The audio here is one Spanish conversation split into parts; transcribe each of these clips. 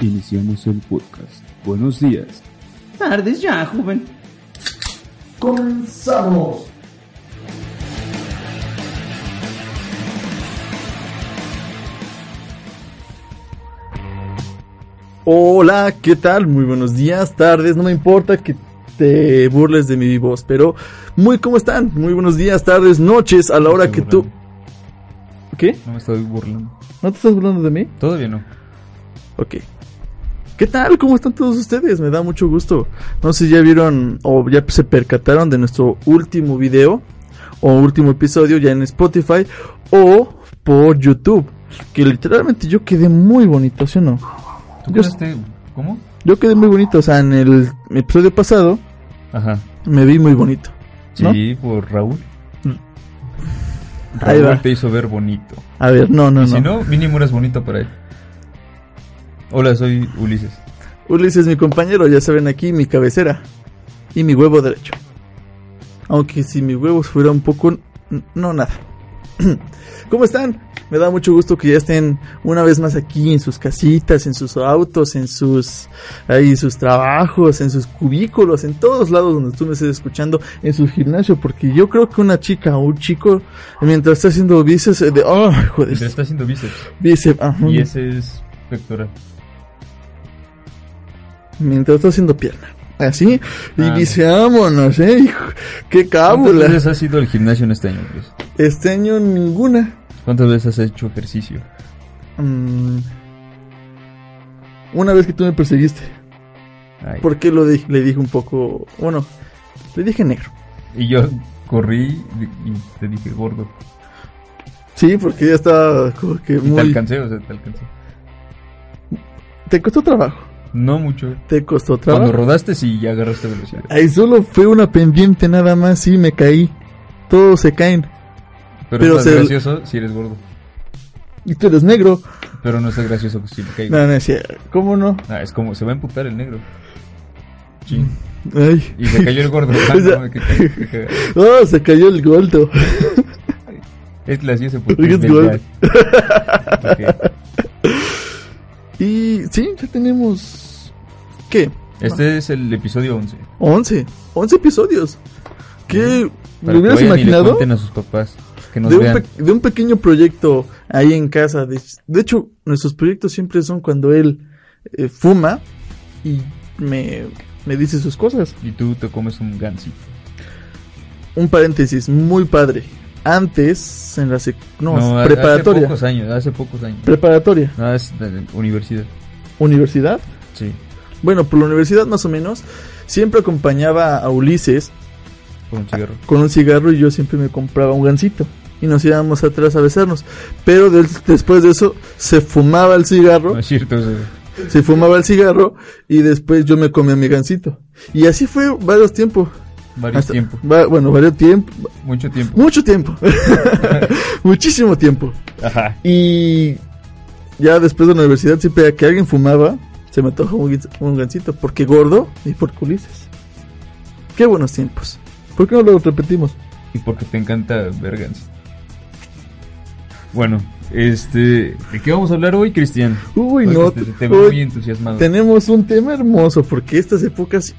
Iniciamos el podcast. Buenos días. Tardes ya, joven. ¡Comenzamos! Hola, ¿qué tal? Muy buenos días, tardes, no me importa que te burles de mi voz, pero muy ¿cómo están? Muy buenos días, tardes, noches, a la hora que tú... ¿Qué? No me estoy burlando. ¿No te estás burlando de mí? Todavía no. Ok. ¿Qué tal? ¿Cómo están todos ustedes? Me da mucho gusto. No sé si ya vieron o ya se percataron de nuestro último video o último episodio ya en Spotify o por YouTube. Que literalmente yo quedé muy bonito, ¿sí o no? ¿Tú Yo- quedaste- ¿Cómo? Yo quedé muy bonito, o sea, en el episodio pasado Ajá. me vi muy bonito. ¿No? Sí, por Raúl. Ahí Raúl va. te hizo ver bonito. A ver, no, no, y Mm. si no. no, mínimo eres bonito para él. Hola, soy Ulises. Ulises, mi compañero, ya saben aquí mi cabecera y mi huevo derecho. Aunque si mi huevo fuera un poco... n- No, nada. ¿Cómo están? Me da mucho gusto que ya estén una vez más aquí en sus casitas, en sus autos, en sus ahí sus trabajos, en sus cubículos, en todos lados donde tú me estés escuchando, en su gimnasio, porque yo creo que una chica o un chico mientras está haciendo bíceps eh, de oh, Te joder, está haciendo bíceps. bíceps, ajá. Y ese es pectoral. Mientras está haciendo pierna. Así. Y Ah, no. dice, vámonos, eh. Hijo, qué ¿Cuántas cábula. veces has ido al gimnasio en este año, Luis? Este año ninguna. ¿Cuántas veces has hecho ejercicio? Mm. Una vez que tú me perseguiste. Ay. Porque lo dije, le dije un poco. Bueno, le dije negro. Y yo corrí y te dije gordo. Sí, porque ya estaba como que Y te muy. alcancé, o sea, te alcancé. Te costó trabajo. No mucho. Te costó Cuando trabajo. rodaste sí y agarraste velocidad. Ahí solo fue una pendiente nada más y me caí. Todos se caen. Pero, Pero no es se- gracioso si eres gordo. Y tú eres negro. Pero no es gracioso si me caigo. No, no, decía, ¿cómo no? Ah, es como, se va a emputar el negro. Sí. Ay. Y se cayó el gordo. Ah, O sea- no, qué ca- qué cagado. Oh, se cayó el goldo. es que la hacía por Es crueldad. Ok. Y sí, ya tenemos. ¿Qué? Este es el episodio 11. 11. 11 episodios. ¿Qué? Para ¿Lo que hubieras vayan y le imaginado? cuenten a sus papás que nos De un, vean. pe- de un pequeño proyecto ahí en casa. De, de hecho, nuestros proyectos siempre son cuando él eh, fuma y me, me dice sus cosas. Y tú te comes un gansito. Un paréntesis, muy padre. Antes, en la sec- no, No, ha- Hace preparatoria. pocos años, hace pocos años. Preparatoria. No, es de la universidad. Universidad. Sí. Bueno, por la universidad más o menos. Siempre acompañaba a Ulises Con un cigarro. con un cigarro y yo siempre me compraba un gansito y nos íbamos atrás a besarnos. Pero del- después de eso se fumaba el cigarro, No es cierto eso. se fumaba el cigarro y después yo me comía mi gansito. Y así fue varios tiempos. Varios Hasta- tiempos. va- bueno, varios tiempos, Mucho tiempo. mucho tiempo. Muchísimo tiempo. Ajá. Y ya después de la universidad siempre que alguien fumaba se me antojaba un, guins- un gansito porque gordo y por culices. Qué buenos tiempos. ¿Por qué no lo repetimos? Y porque te encanta ver Guns. Bueno, este. ¿De qué vamos a hablar hoy, Cristian? Uy, Porque no. Te, te hoy- veo muy entusiasmado. Tenemos un tema hermoso porque estas épocas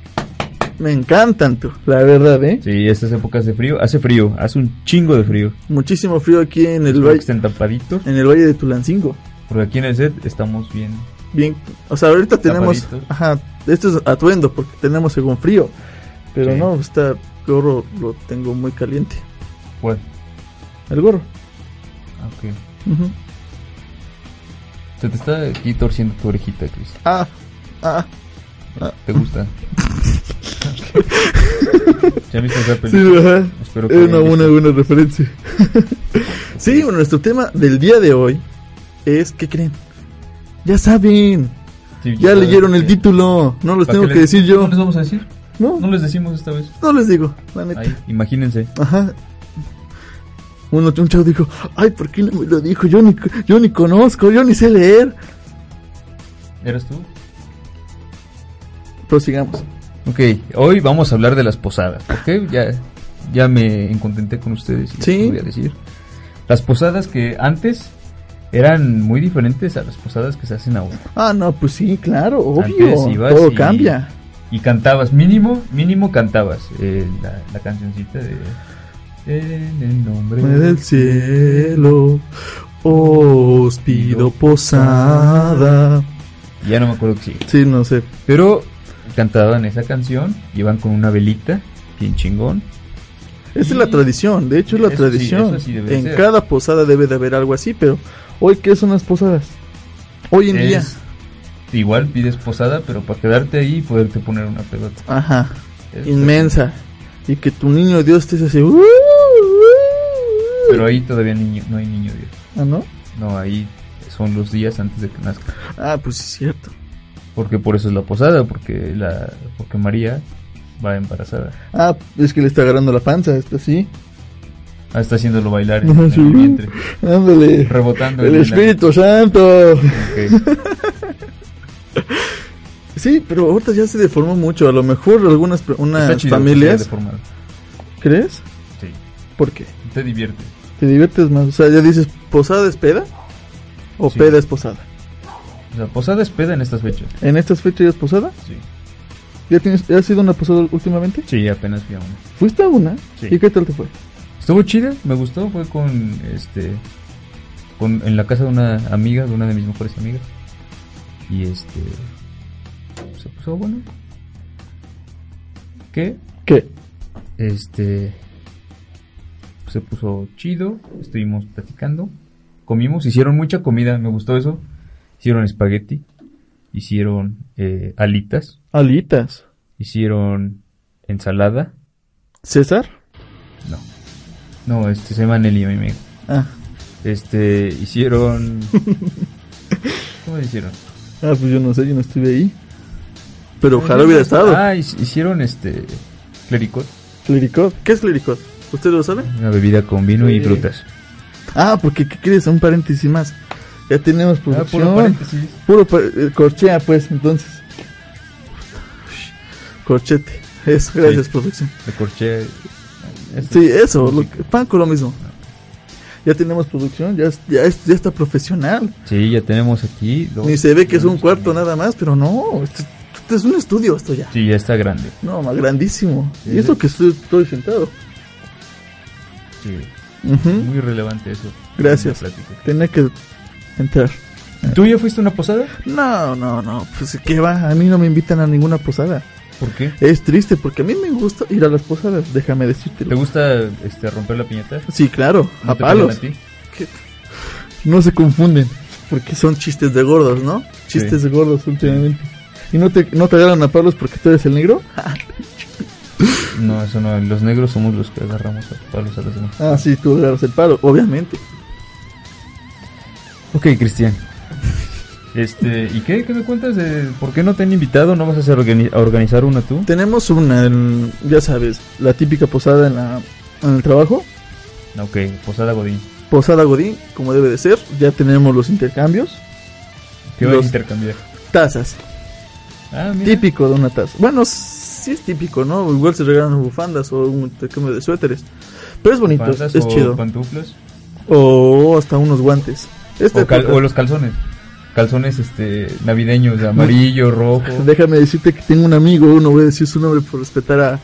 me encantan, tú, la verdad, ¿eh? Sí, estas épocas de frío. Hace frío, hace un chingo de frío. Muchísimo frío aquí en el Espero que valle, estén tapaditos. en el valle de Tulancingo. Porque aquí en el set estamos bien. Bien, o sea, ahorita tenemos, Tapaditos. ajá, esto es atuendo porque tenemos según frío, pero Sí. no, está gorro lo tengo muy caliente, Bueno, el gorro. Ah, ok. Ujú. Se te está aquí torciendo tu orejita, Chris. Ah, ah, ¿Te gusta? ¿Ya viste esa sí, película? ajá. Espero que Es una hayan buena, visto. buena referencia. sí, bueno, nuestro tema del día de hoy es, ¿qué creen? Ya saben, Sí, Ya leyeron el Sí. título, no los ¿Para tengo qué que les- decir yo. No les vamos a decir. No, No les decimos esta vez. no les digo, la neta. Ahí, imagínense. Ajá. Uno, un chavo dijo, ay, ¿por qué no me lo dijo? Yo ni, yo ni conozco, yo ni sé leer. ¿Eras tú? Prosigamos. Ok, hoy vamos a hablar de las posadas, ¿ok? Ya, ya me encontenté con ustedes y Sí. les voy a decir. Las posadas que antes eran muy diferentes a las posadas que se hacen ahora. Ah, no, pues sí, claro, Antes obvio. ibas Todo y- cambia. Y cantabas, mínimo, mínimo cantabas eh, la, la cancioncita de... En el nombre Del cielo os pido posada. Ya no me acuerdo que sí. Sí, no sé. Pero cantaban esa canción, iban con una velita, bien chingón. Esa es la Y- tradición, de hecho es la Eso sí, tradición. eso sí debe en ser. cada posada debe de haber algo así, pero hoy qué son las posadas? Hoy en día. Es- Igual pides posada, pero para quedarte ahí y poderte poner una pelota. Ajá. Es- inmensa. Y que tu niño Dios te hace así. "Uh, uh, uh". Pero ahí todavía niño, no hay niño Dios. Ah, ¿no? No, ahí son los días antes de que nazca. Ah, pues es cierto. Porque por eso es la posada, porque la porque María va embarazada. Ah, es que le está agarrando la panza, este, está así. Ah, está haciéndolo bailar en, Ajá, en sí. el vientre, Ándale. rebotando en El Espíritu Santo. Ok. Sí, pero ahorita ya se deformó mucho. A lo mejor algunas pe- unas Está chido, está familias, deformado. ¿crees? Sí, ¿Por qué? te divierte. Te diviertes más. O sea, ya dices, ¿posada es peda? ¿O Sí. peda es posada? O sea, posada es peda en estas fechas. ¿En estas fechas ya es posada? Sí, ¿Ya, tienes, ¿Ya has ido a una posada últimamente? sí apenas fui a una. ¿Fuiste a una? Sí. ¿Y qué tal te fue? Estuvo chida, me gustó, fue con este con en la casa de una amiga, de una de mis mejores amigas. Y este se puso bueno. ¿Qué? ¿Qué? Este se puso chido, estuvimos platicando, comimos, hicieron mucha comida, me gustó eso. Hicieron espagueti, hicieron eh, alitas, Alitas. hicieron ensalada. ¿César? No. No, este se llama Nelly, mi amiga. Ah, Este, hicieron. ¿Cómo hicieron? ah pues yo no sé, yo no estuve ahí. Pero ojalá hubiera estado. Ah, hic- hicieron este. Clericot. Clericot. ¿Qué es clericot? ¿Ustedes lo saben? Una bebida con vino y Sí. frutas. Ah, porque ¿qué crees? Un paréntesis más. Ya tenemos Ah, producción. puro paréntesis. Puro pa- eh, corchea, pues, entonces. Corchete. Eso, gracias, Sí. producción. De corché. Este- Sí, eso, lo que- Paco, lo mismo. Ya tenemos producción, ya, es- ya, es- ya está profesional. Sí, ya tenemos aquí. dos- Ni se ve que es un dos- cuarto nada más, pero no, esto, esto es un estudio esto ya. Sí, ya está grande. No, ma, grandísimo. Sí, Y eso sí. que estoy, estoy sentado. Sí, Ujú. muy relevante eso. ¿Mm? Gracias. La plática. Tenía que entrar. ¿Tú ya fuiste a una posada? No, no, no, pues que va, a mí no me invitan a ninguna posada. ¿Por qué? Es triste porque a mí me gusta ir a las posadas, déjame ¿Te decírtelo. gusta este, romper la piñata? Sí, claro, ¿No a te pegan palos. a ti? No se confunden, porque son chistes de gordos, ¿no? Chistes de gordos últimamente. ¿Y no te, no te agarran a palos porque tú eres el negro? No, eso no. Los negros somos los que agarramos a palos a los demás. Ah, sí, tú agarras el palo, obviamente. Ok, Cristian. Este, ¿y qué? ¿Qué me cuentas de por qué no te han invitado? ¿No vas a, hacer organi- a organizar una tú? Tenemos una, en- ya sabes, la típica posada en, la, en el trabajo. Ok, Posada Godín. Posada Godín, como debe de ser. Ya tenemos los intercambios. ¿Qué vas Los- a intercambiar? Tazas, Ah, mira. típico de una taza. Bueno, sí es típico, ¿no? Igual se regalan bufandas o un intercambio de suéteres. Pero es bonito, Pandas es o chido. pantuflas. O hasta unos guantes. Este Esta O, cal- época- o los calzones. Calzones este navideños, de amarillo, rojo. Déjame decirte que tengo un amigo, no voy a decir su nombre por respetar a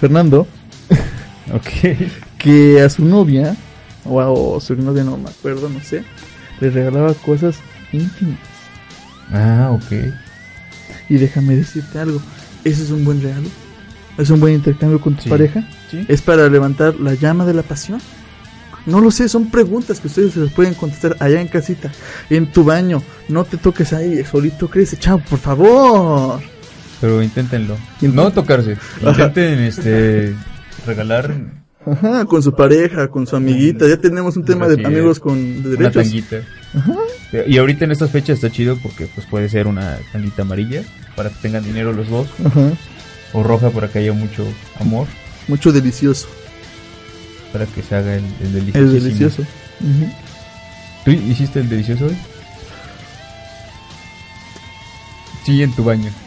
Fernando, Ok. que a su novia, o a o su novia, no me acuerdo, no sé, le regalaba cosas íntimas. Ah, ok. Y déjame decirte algo, ese es un buen regalo, es un buen intercambio con tu Sí. pareja, Sí. es para levantar la llama de la pasión. No lo sé, son preguntas que ustedes se las pueden contestar allá en casita, en tu baño. No te toques ahí, solito crece. Chao, por favor. Pero inténtenlo. No tocarse. Intenten este regalar Ajá, con su pareja, con su amiguita. Ya tenemos un tema de Así es. amigos con de una derechos. tanguita. Y ahorita en estas fechas está chido porque pues puede ser una tanguita amarilla para que tengan dinero los dos. Ajá, o roja para que haya mucho amor, mucho delicioso. para que se haga el, el Es deliciosísimo. delicioso. Ujú. ¿Tú hiciste el delicioso hoy? Sí, en tu baño.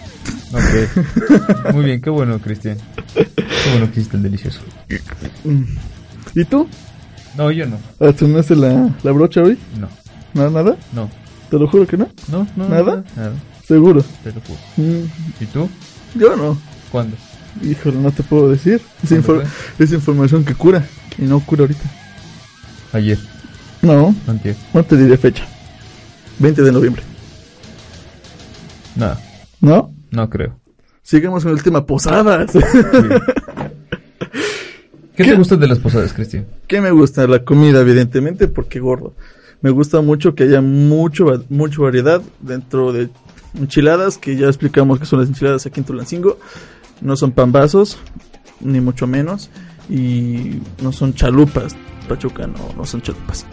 Ok. Muy bien, qué bueno, Cristian. Qué bueno que hiciste el delicioso. ¿Y tú? No, yo no. ¿Atinaste la, la brocha hoy? No. ¿No, nada? No, Te lo juro que no. no, no. ¿Nada? Nada, Seguro. te lo juro. Mm, ¿Y tú? yo no. ¿Cuándo? Híjole, no te puedo decir. Es, ¿Cuándo infor- es información que cura. Y no cura ahorita. Ayer, No, antier, no te diré fecha. 20 de noviembre. nada, ¿No? no creo. Sigamos con el tema posadas. Sí. ¿Qué, ¿Qué? te gusta de las posadas, Cristian? ¿Qué me gusta? La comida, evidentemente, porque gordo. Me gusta mucho que haya mucho, va- mucha variedad dentro de enchiladas, que ya explicamos que son las enchiladas aquí en Tulancingo. No son pambazos, ni mucho menos. Y no son chalupas. Pachuca no, no son chalupas.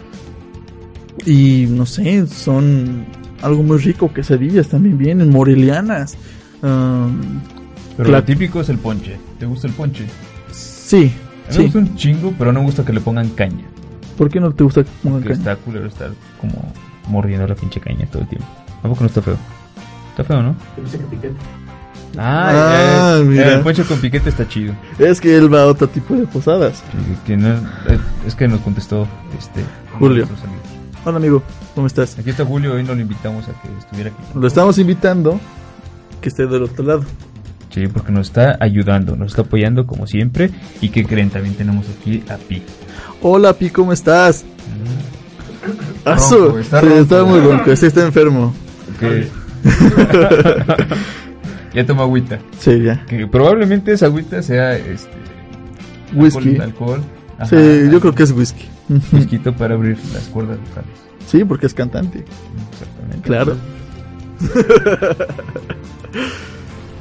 Y no sé, son algo muy rico. Quesadillas también vienen, morelianas. Um, Am, Pero Claro. lo típico es el ponche. ¿Te gusta el ponche? sí, A mí me sí. gusta un chingo, pero no me gusta que le pongan caña. ¿Por qué no te gusta? una Que caña? está culero estar como mordiendo la pinche caña todo el tiempo. Tampoco no está feo. Está feo, ¿no? Ah, Ah, eh, mira. el ponche con piquete está chido. Es que él va a otro tipo de posadas. Que- que no- eh, es que nos contestó este uno Julio. de nuestros amigos. Hola amigo, ¿cómo estás? Aquí está Julio, hoy no lo invitamos a que estuviera aquí. Lo estamos invitando que esté del otro lado. Sí, porque nos está ayudando, nos está apoyando como siempre. Y que creen, también tenemos aquí a Pi. Hola Pi, ¿cómo estás? Asu, Ronco, está sí, ronco. está muy ronco, sí, está enfermo. Que- ya toma agüita. Sí, ya. Que probablemente esa agüita sea este Whisky. alcohol. alcohol. Ajá, Sí, yo creo que es whisky. Mosquito para abrir las cuerdas vocales. Sí, porque es cantante. Exactamente. Claro.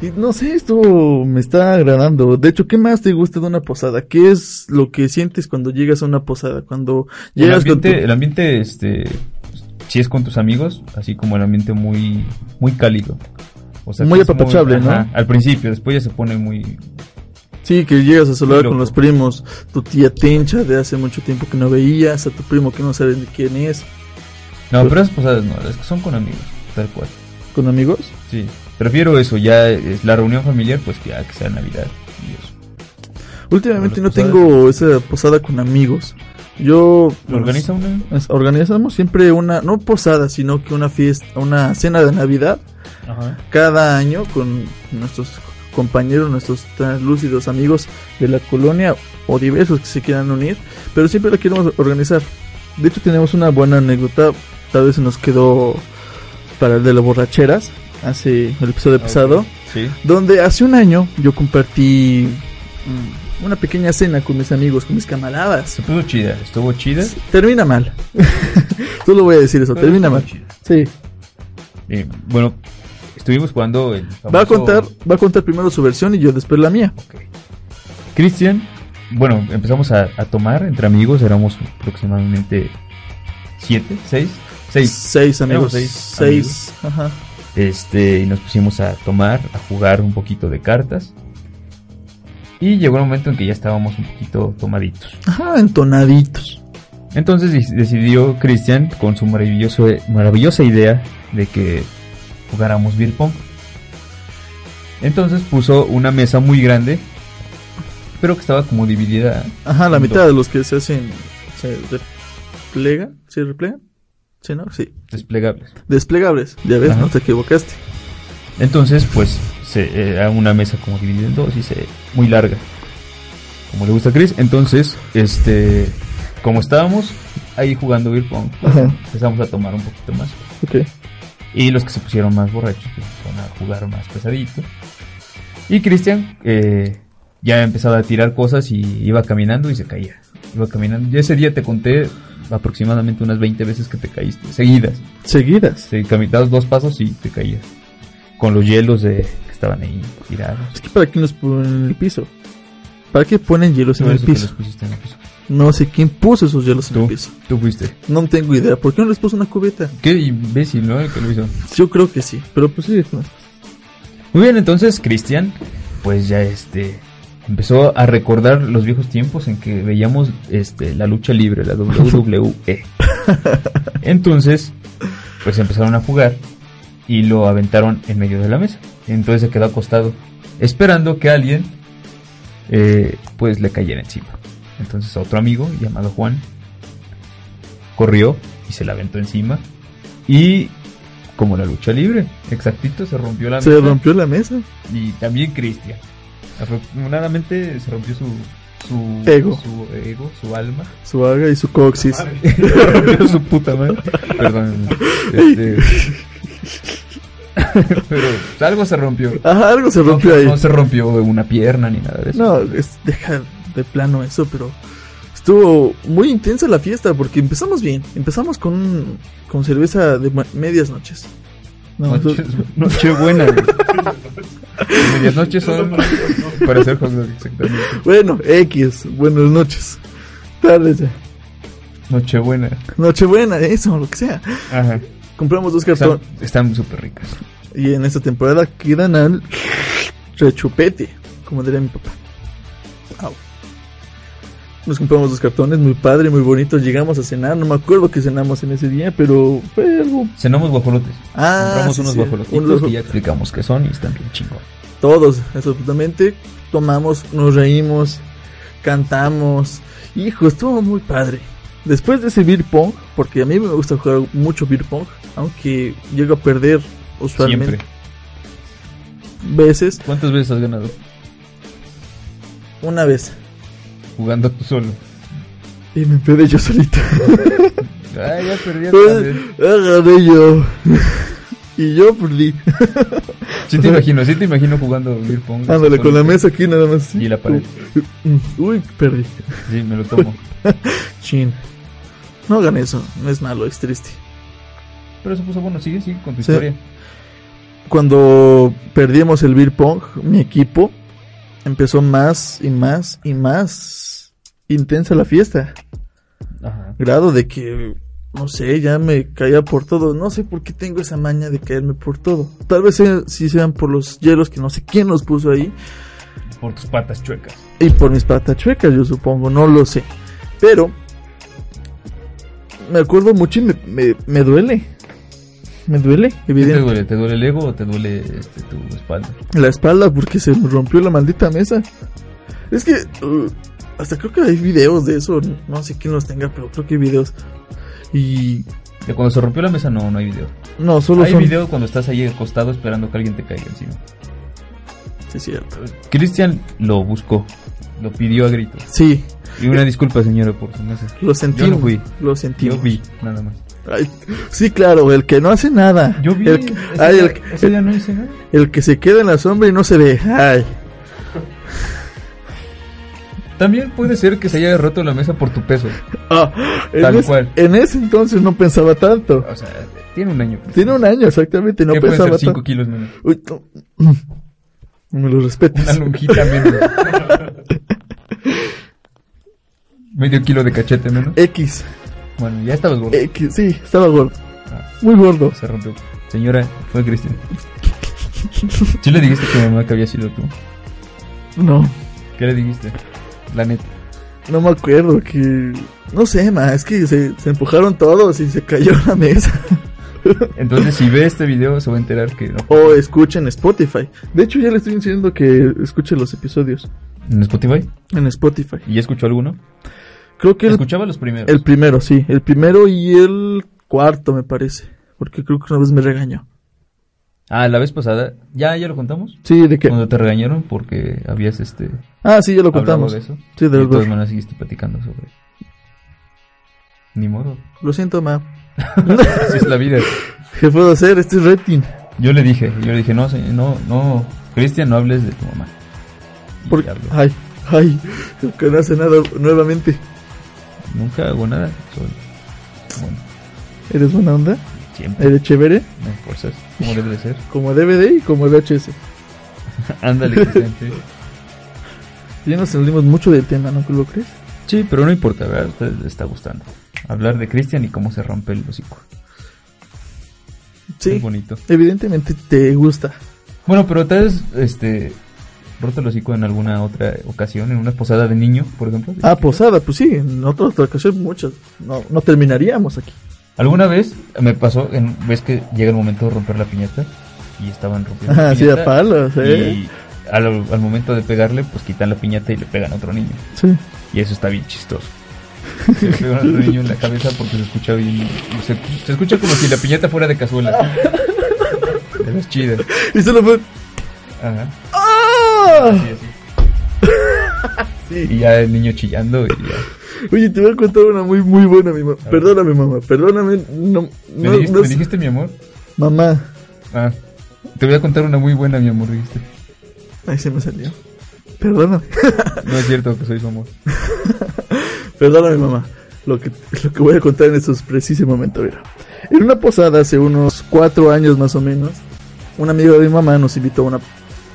Y no sé, esto me está agradando. De hecho, ¿qué más te gusta de una posada? ¿Qué es lo que sientes cuando llegas a una posada? Cuando El llegas con tu- ambiente, el ambiente, este, si es con tus amigos, así como el ambiente muy, muy cálido. O Muy que es apapachable, ¿no? ajá, Al principio, después ya se pone muy... Sí, que llegas a saludar Loco. con los primos, tu tía Tencha de hace mucho tiempo que no veías, a tu primo que no sabes ni quién es, Pues No, pero esas posadas no, las que son con amigos, tal cual. con amigos. Sí, prefiero eso, ya es la reunión familiar, pues que, ya que sea Navidad y eso. Últimamente no Las posadas. tengo esa posada con amigos. Yo ¿Organiza una? nos- organizamos siempre una no posada, sino que una fiesta, una cena de Navidad Ajá. cada año con nuestros compañeros, nuestros translúcidos amigos de la colonia o diversos que se quieran unir, pero siempre la queremos organizar. De hecho tenemos una buena anécdota, tal vez se nos quedó para el de las borracheras, hace el episodio pasado, Sí. donde hace un año yo compartí mm, una pequeña cena con mis amigos, con mis camaradas. Se puso chida, estuvo chida. Termina mal. Tú lo voy a decir eso, pero termina estuvo mal. chida. Sí. Eh, bueno, estuvimos jugando el Va famoso- a contar, va a contar primero su versión y yo después la mía. Ok. Cristian, bueno, empezamos a, a tomar entre amigos, éramos aproximadamente siete, seis, seis, Seis amigos. Éramos seis Seis. Ajá. este, y nos pusimos a tomar, a jugar un poquito de cartas. Y llegó un momento en que ya estábamos un poquito tomaditos. Ajá, entonaditos. Entonces dec- decidió Cristian, con su maravilloso, maravillosa idea de que jugáramos beer pong. Entonces puso una mesa muy grande, pero que estaba como dividida Ajá, la Dos. mitad de los que se hacen se replegan. ¿Se replegan? Sí, ¿no? Sí. desplegables. Desplegables. Ya ves, Ajá. no te equivocaste. Entonces, pues, se, era una mesa como dividida en dos y se, muy larga. Como le gusta a Chris. Entonces, este, como estábamos ahí jugando beer pong, Ajá. empezamos a tomar un poquito más. Ok. Y los que se pusieron más borrachos, pues, empezaron a jugar más pesadito. Y Cristian eh, ya empezaba a tirar cosas y iba caminando y se caía. Iba caminando. Ya ese día te conté aproximadamente unas 20 veces que te caíste, seguidas. Seguidas. Sí, caminabas dos pasos y te caías. Con los hielos de que estaban ahí tirados. Es que para qué nos ponen en el piso. ¿Para qué ponen hielos en Todo el eso que piso? los pusiste en el piso. No sé quién puso esos hielos en el Tú, piso. tú fuiste. No tengo idea. ¿Por qué no les puso una cubeta? Qué imbécil, ¿no? El que lo hizo. Yo creo que sí. Pero pues sí. no. Muy bien, entonces Cristian, pues ya este empezó a recordar los viejos tiempos en que veíamos este la lucha libre, la WWE. Entonces, pues empezaron a jugar y lo aventaron en medio de la mesa. Entonces se quedó acostado, esperando que alguien eh, pues le cayera encima. Entonces otro amigo llamado Juan corrió y se la aventó encima. Y como la lucha libre, exactito, se rompió la Se mesa. rompió la mesa. Y también Cristian. Afortunadamente se rompió su, su Ego. su ego, su alma. Su haga y su coxis. Se rompió su puta madre. Perdón. este, Pero algo se rompió. Ajá, algo se rompió no, ahí. no se rompió una pierna ni nada de eso. No, es- deja de plano eso, pero estuvo muy intensa la fiesta porque empezamos bien. Empezamos con, con cerveza de ma- medias noches. No, Noche, eso- noche buena. Medianoche son para hacer hot dog, exactamente. bueno, X, buenas noches. Tardes ya. Noche buena. Nochebuena, eso, lo que sea. Ajá. Compramos dos Están cartones están súper ricas. y en esta temporada quedan al rechupete, como diría mi papá. Au. Nos compramos dos cartones, muy padre, muy bonito. Llegamos a cenar, no me acuerdo que cenamos en ese día, pero fue algo Cenamos guajolotes. Ah, Compramos sí, unos sí. guajolotitos Unos que ya explicamos qué son y están bien chingón. Todos, absolutamente. Tomamos, nos reímos, cantamos. Hijo, estuvo muy padre. Después de ese beer pong, porque a mí me gusta jugar mucho beer pong, aunque llego a perder usualmente Siempre. veces, ¿Cuántas veces has ganado una vez. jugando tú solo? Y me empedé yo solito. Ah, ya perdí otra Pues, vez. Agarré yo. y yo perdí. Sí te imagino, sí te imagino jugando beer pong. Ándale, con la Solito. mesa aquí nada más. Y la pared. Uy, perdí. Sí, me lo tomo. Chin. No hagan eso, no es malo, es triste. Pero se puso bueno, sigue, sigue con tu Sí. historia. cuando perdimos el beer pong, mi equipo empezó más y más y más intensa la fiesta. Ajá. Grado de que, no sé, ya me caía por todo. No sé por qué tengo esa maña de caerme por todo. Tal vez sea- sí sean por los hielos que no sé quién los puso ahí. Por tus patas chuecas. Y por mis patas chuecas, yo supongo, no lo sé. Pero me acuerdo mucho y me, me- me duele. Me duele, ¿Qué te evidentemente. duele? ¿Te duele el ego o te duele este, tu espalda? la espalda porque se me rompió la maldita mesa. Es que uh, hasta creo que hay videos de eso, no sé quién los tenga, pero creo que hay videos. Y De cuando se rompió la mesa no, no hay video. no, solo hay son video cuando estás ahí acostado esperando que alguien te caiga encima. Sí, cierto. Cristian lo buscó, lo pidió a gritos. Sí, Y una disculpa, señora, por su mesa. lo sentimos. Yo no fui. Lo Yo sentimos. vi, nada más. Ay, sí, claro, el que no hace nada. Yo vi. El que, ese ay, día- el, que- ese día no hice nada. el que se queda en la sombra y no se ve. Ay, También puede ser que se haya roto la mesa por tu peso. ah, en, Tal ese- cual. en ese entonces no pensaba tanto. O sea, tiene un año. pues. Tiene un año exactamente, no ¿Qué puede pensaba ser 5 tanto. kilos menos? Uy, no. Me lo respetas. Una lonjita menos. Medio kilo de cachete menos. X. Bueno, ya estabas gordo. Eh, que sí, estaba gordo. Ah. Muy gordo. Se rompió. Señora, fue Cristian. ¿Sí le dijiste a tu mamá que había sido tú? No, ¿Qué le dijiste? La neta. no me acuerdo que... No sé, ma, es que se, se empujaron todos y se cayó la mesa. Entonces, si ve este video, se va a enterar que no. o escuchen Spotify. De hecho, ya le estoy diciendo que escuchen los episodios ¿En Spotify? en Spotify. ¿Y ya escuchó alguno? Creo que el, Escuchaba los primeros. el primero, sí. El primero y el cuarto, me parece. Porque creo que una vez me regañó. Ah, la vez pasada. ¿Ya, ya lo contamos? Sí, de que... Cuando te regañaron porque habías este, Ah, sí, ya lo hablado contamos. de eso. Sí, y de de todas los maneras seguiste platicando sobre. Ni modo. Lo siento, ma. Así es la vida. ¿Qué puedo hacer? Este es rating. Yo le dije, yo le dije, no, se- no, no, Cristian, no hables de tu mamá. Y Porque... habló. Ay, ay. el Que no hace nada nuevamente. Nunca hago nada. soy- Bueno, ¿Eres buena onda? siempre ¿Eres chévere? me esforzas, como debe de ser. Como DVD y como VHS. Ándale, Cristian. sí. Ya nos salimos mucho del tema, ¿no lo crees? Sí, pero no importa, ¿verdad? A ustedes les está gustando. Hablar de Cristian y cómo se rompe el hocico. Es Sí. bonito. Evidentemente te gusta. Bueno, pero te has este, roto el hocico en alguna otra ocasión, en una posada de niño, por ejemplo. de Ah, chiquito? posada, pues sí, en otra otra ocasión muchas. No, no terminaríamos aquí. Alguna vez me pasó, en, ves que llega el momento de romper la piñata y estaban rompiendo la Ajá, Ah, sí, piñata. a palos, eh. Y al, al momento de pegarle, pues quitan la piñata y le pegan a otro niño. Sí. Y eso está bien chistoso. Se le pegó a otro niño en la cabeza porque se escucha bien. Se, se escucha como si la piñata fuera de cazuela. De las chidas. Y solo fue. Ajá. ¡Ah! Sí, así. Y ya el niño chillando y ya. Oye, te voy a contar una muy, muy buena, mi mamá. Perdóname, mamá. Perdóname. No, ¿Me, no, dijiste, no me sé- dijiste, mi amor? Mamá. Ah. Te voy a contar una muy buena, mi amor, dijiste. Ahí se me salió. Perdóname. No es cierto que soy su amor. Perdóname, mamá. Lo que, lo que voy a contar en estos precisos momentos, mira. En una posada hace unos cuatro años más o menos, un amigo de mi mamá nos invitó a una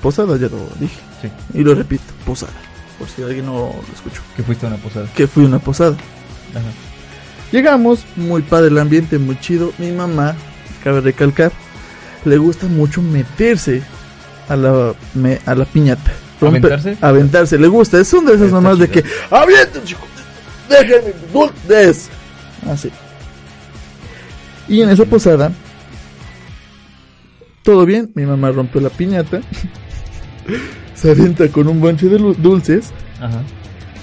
posada, ya lo dije. Sí, Y lo repito, posada. Por si alguien no lo escuchó. que fuiste a una posada. Que fui a una posada. Ajá. Llegamos, muy padre el ambiente, muy chido. Mi mamá, cabe recalcar, le gusta mucho meterse a la, me- a la piñata. ¿Aventarse? Aventarse, le gusta. Es una de esas Está mamás de chido. que, ¡avienten, chico! ¡Déjenme! no, des". Así. Y en esa posada, todo bien, mi mamá rompió la piñata. Se avienta con un bonche de lu- dulces Ajá.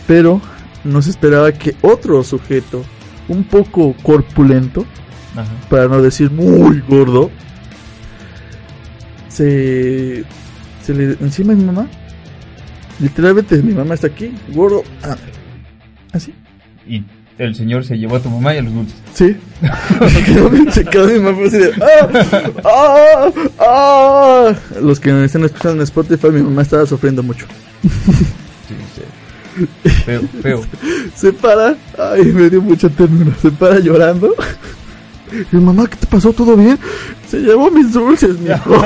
pero nos esperaba que otro sujeto, un poco corpulento, Ajá. para no decir muy gordo, se, se le encima a mi mamá. Literalmente mi mamá está aquí, gordo. ah, Así. Y el señor se llevó a tu mamá y a los dulces. Sí. Se quedó, bien- se quedó mi mamá así de, "Ah, ah, ah". Los que me están escuchando en Spotify, mi mamá estaba sufriendo mucho. Sí, sí. Feo, feo. Se para, ay, me dio mucha ternura. Se para llorando. Y mamá, ¿qué te pasó? ¿Todo bien? Se llevó mis dulces, mi hijo.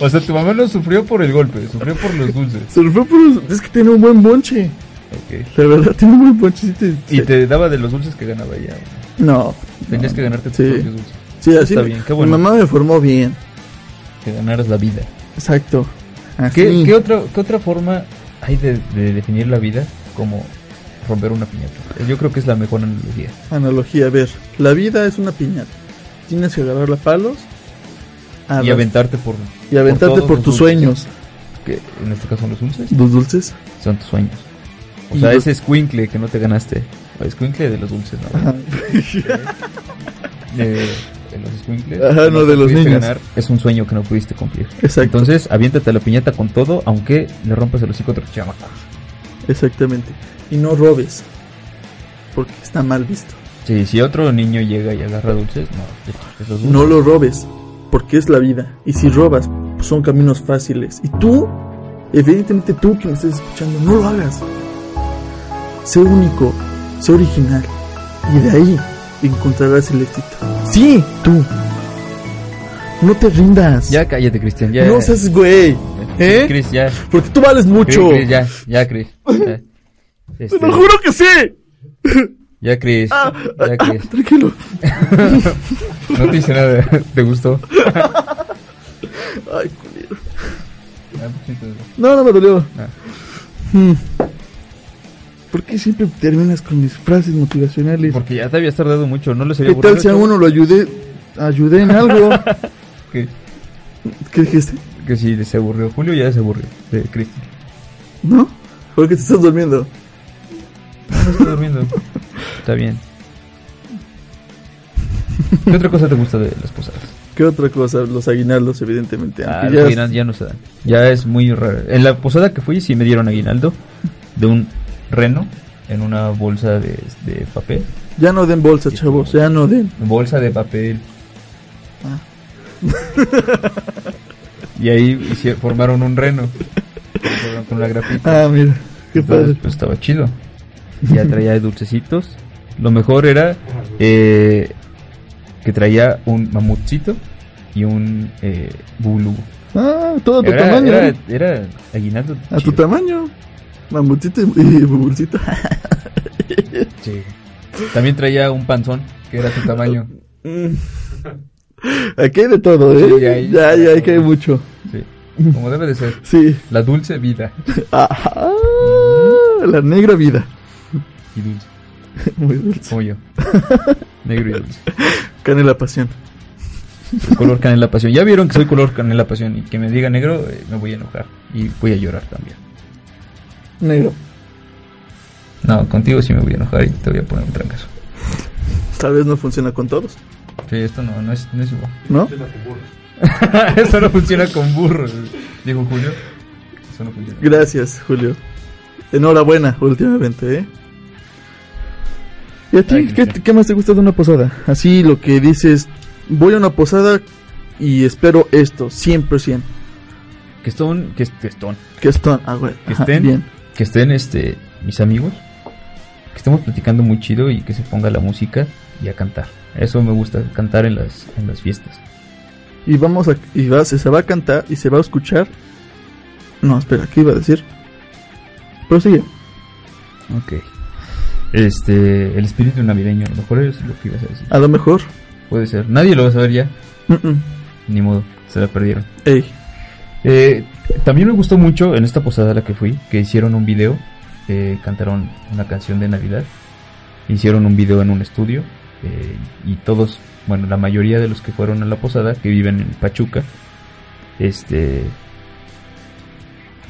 O sea, tu mamá no sufrió por el golpe, sufrió por los dulces. Se lo fue por los- Es que tiene un buen bonche. Ok. De verdad, tiene un buen bonche. sí te- Y te daba de los dulces que ganaba ella. No. Tenías no. que ganarte tus Sí. propios dulces. Sí, así. Está me- bien, qué bueno. Mi mamá me formó bien. Que ganaras la vida. Exacto. Así. ¿Qué, qué otra, ¿Qué otra forma hay de, de definir la vida como romper una piñata? Yo creo que es la mejor analogía. Analogía, a ver. La vida es una piñata. Tienes que agarrarla a palos. Y arras- aventarte por... Ah, y aventarte todos por, los dulces, tus sueños. Que en este caso son los dulces. Los dulces. Son tus sueños. O Y sea, los- ese escuincle que no te ganaste. O escuincle de los dulces, ¿no? Ajá. de, de los squinkles. Ajá, que no, de te los pudiste niños. es un sueño que no pudiste cumplir. Exacto. Entonces, aviéntate a la piñata con todo, aunque le rompas el hocico a otro chamaco. Exactamente. Y no robes. Porque está mal visto. Sí, si otro niño llega y agarra dulces, no, te chupes los dulces. No lo robes. Porque es la vida. Y si robas, pues son caminos fáciles. Y tú, evidentemente tú que me estás escuchando, no lo hagas. Sé único, sé original. Y de ahí encontrarás el éxito. Sí, tú. No te rindas. Ya cállate, Cristian, ya. No seas güey. ¿Eh? Cris, ya. Cris, Porque tú vales mucho. Cris, ya, ya, Cris. Ya. Te Este, lo juro Ah. que sí. ya, Cris. Ya, Cris. Tranquilo. No te hice nada. ¿Te gustó? Ay, culero. Ah, pues, entonces, No, no me dolió. Ah. Hmm. ¿Por qué siempre terminas con mis frases motivacionales? Porque ya te habías tardado mucho, no lo sería ¿Qué tal si a uno lo ayudé, ayudé en algo? Que, ¿Qué dijiste? que si se aburrió Julio, ya se aburrió de Cristian. ¿No? Porque te estás durmiendo. No estoy durmiendo. Está bien. ¿Qué otra cosa te gusta de las posadas? ¿Qué otra cosa? Los aguinaldos, evidentemente. Ah, aunque los ya- aguinaldos ya no se dan. Ya es muy raro. En la posada que fui sí me dieron aguinaldo de un reno en una bolsa de, de papel. ya no den bolsa, chavos. Ya no den. Bolsa de papel. Ah. y ahí hici- formaron un reno. Formaron Con la grapita. Ah, mira. Qué Entonces, padre. pues estaba chido. Ya traía dulcecitos. Lo mejor era eh, que traía un mamutcito y un eh, bulu. Ah, todo a tu era, tamaño. Era, ¿eh? era aguinaldo. A tu chido. tamaño. Mamutito y- y bubucito. Sí. También traía un panzón, que era tu tamaño. Mm. Aquí hay de todo, ¿eh? Sí, hay- ya, ya, aquí hay mucho. Sí. Como debe de ser. Sí. La dulce vida. Ajá, Ah, la negra vida. Y dulce. Muy dulce. Como yo. Negro y dulce. Canela pasión. El color canela pasión. Ya vieron que soy color canela pasión. Y que me diga negro, eh, me voy a enojar. Y voy a llorar también. Negro. No, contigo sí me voy a enojar y te voy a poner un trancazo. Tal vez no funciona con todos, Sí, esto no, no es, no es igual. ¿no? Eso no funciona con burros, dijo Julio. Eso no funciona. Gracias, Julio. Enhorabuena, últimamente, ¿eh? ¿Y a ti Ay, qué, Cristian. qué más te gusta de una posada? Así lo que dices, voy a una posada y espero esto, 100%. Que estén, que, est- que estén, Que estén, ah, güey, que ajá, estén, bien. que estén este, mis amigos, que estemos platicando muy chido y que se ponga la música y a cantar. Eso me gusta, cantar en las, en las fiestas. Y vamos a, y va, se, se va a cantar y se va a escuchar. No, espera, ¿qué iba a decir? Prosigue. Ok. Este, el espíritu navideño, a lo mejor es lo que ibas a decir. A lo mejor. Puede ser. Nadie lo va a saber ya, mm, mm, ni modo, se la perdieron. Ey, Eh, también me gustó mucho en esta posada a la que fui, que hicieron un video, eh, cantaron una canción de Navidad, hicieron un video en un estudio eh, y todos, bueno, la mayoría de los que fueron a la posada, que viven en Pachuca, este,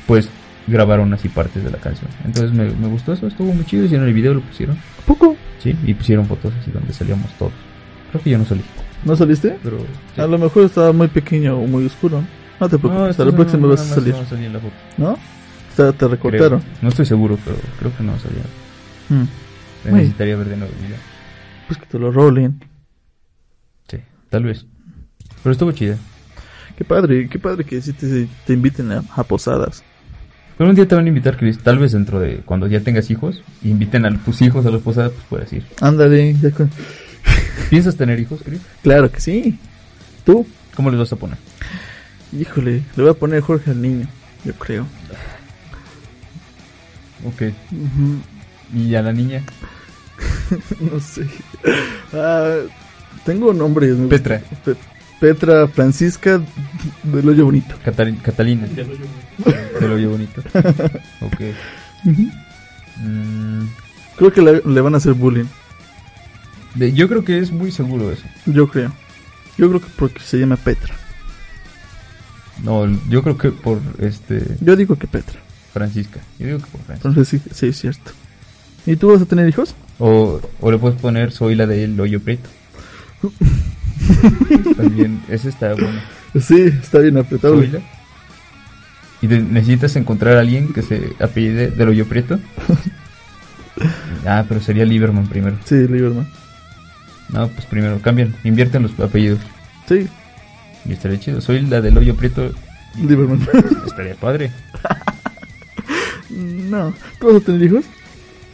pues grabaron así partes de la canción. Entonces me, me gustó eso, estuvo muy chido, hicieron el video, lo pusieron, ¿a poco? sí, y pusieron fotos así donde salíamos todos. Creo que yo no salí, ¿No saliste? pero... sí. A lo mejor estaba muy pequeño o muy oscuro. No te No, preocupes, esto a la no- próxima no, vas nada a más salir, no salí en la foto. ¿no? O sea, te Creo. recortaron. No estoy seguro, pero creo que no salía. Mm, Me Muy necesitaría ver de nuevo el video. Pues que te lo rolen. Sí, tal vez. Pero estuvo chida. Qué padre, qué padre que sí te, te inviten a, a posadas. Pero un día te van a invitar, Chris. Tal vez dentro de cuando ya tengas hijos, inviten a tus hijos a las posadas, pues puedes ir. Ándale, ya con- ¿Piensas tener hijos, Chris? claro que sí. ¿Tú? ¿Cómo les vas a poner? Híjole, le voy a poner Jorge al niño, yo creo. Ok. Ujú. ¿Y a la niña? No sé. Ah, tengo nombres. me gusta. Petra. Pe- Petra Francisca del Hoyo Bonito. Catari- Catalina. Te lo vio bonito. Ok. Mm, Creo que le, le van a hacer bullying. de- yo creo que es muy seguro eso. Yo creo. Yo creo que porque se llama Petra. No, yo creo que por este Yo digo que Petra. Francisca. Yo digo que por Francisca. Entonces sí, sí es cierto. ¿Y tú vas a tener hijos? O, o le puedes poner Soy la del hoyo preto. También, ese está bueno. Sí, está bien apretado. Soy la. Y te- necesitas encontrar a alguien que se apellide del hoyo preto. Ah, pero sería Lieberman primero. Sí, Lieberman. No, pues primero, cambian, invierten los apellidos. Sí, Y estaría chido. Soy la del hoyo preto. Lieberman. Estaría padre. no. ¿Tú vas a tener hijos?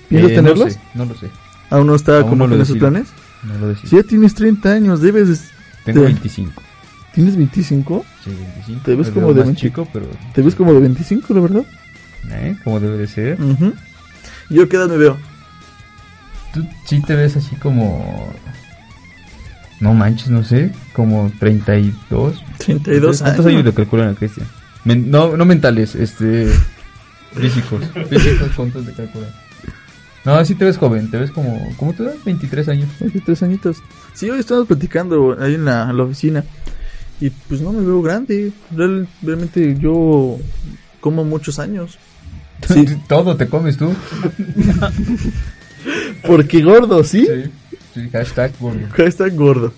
¿Piensas Eh, tenerlos? No lo sé. ¿Aún no está Aún no como lo con esos decido. planes? No lo decido. Si ya tienes 30 años, debes... Tengo te- 25. ¿Tienes 25? Sí, 25. Te ves Me como veo de más 20. chico, pero. Te ves como Mm. de 25, la verdad. ¿Eh? Como debe de ser. Ujú. ¿Yo qué edad me veo? Tú sí te ves así como. No manches, no sé, como 32. 32 ¿Cuántos años le calculan a Cristian? Men- no, no mentales, este. Físicos. Físicos, ¿cuántos le calculan? No, sí te ves joven, te ves como. ¿Cómo te das? 23 años. 23 añitos. Sí, hoy estamos platicando ahí en la, en la oficina. Y pues no me veo grande. Real- realmente yo como muchos años. Sí. Todo te comes tú. Porque gordo, ¿sí? Sí, hashtag gordo. Está gordo.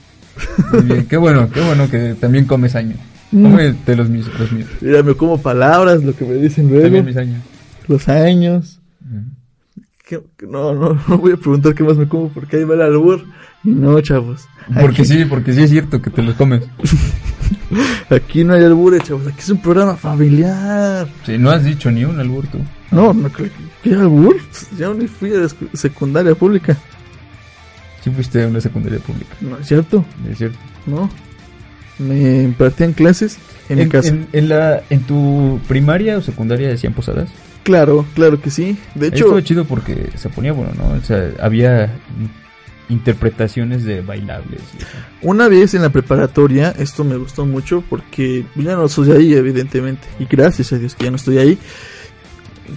Muy bien, qué bueno, qué bueno que también comes años. Mm. Cómete los míos, los míos. Mira, me como palabras, lo que me dicen luego. También mis años. Mm. Los años. Ujú. ¿Qué- qué- No, no, no voy a preguntar qué más me como porque ahí va el albur. Y no, chavos. Porque aquí, sí, porque sí es cierto que te los comes. Aquí no hay albur, chavos. Aquí es un programa familiar. Sí, no has dicho ni un albur tú. No, no creo que... ¿Qué albur? Ya ni fui a la escu- secundaria pública. Sí fuiste a una secundaria pública, No es cierto. es cierto. No. Me impartían clases en, mi casa. En, en la, ¿En tu primaria o secundaria decían posadas? Claro, claro que sí. De De hecho, Estuvo chido porque se ponía bueno, ¿no? O sea, había in- interpretaciones de bailables. y eso. una vez en la preparatoria, esto me gustó mucho porque ya no soy ahí, evidentemente. Y gracias a Dios que ya no estoy ahí.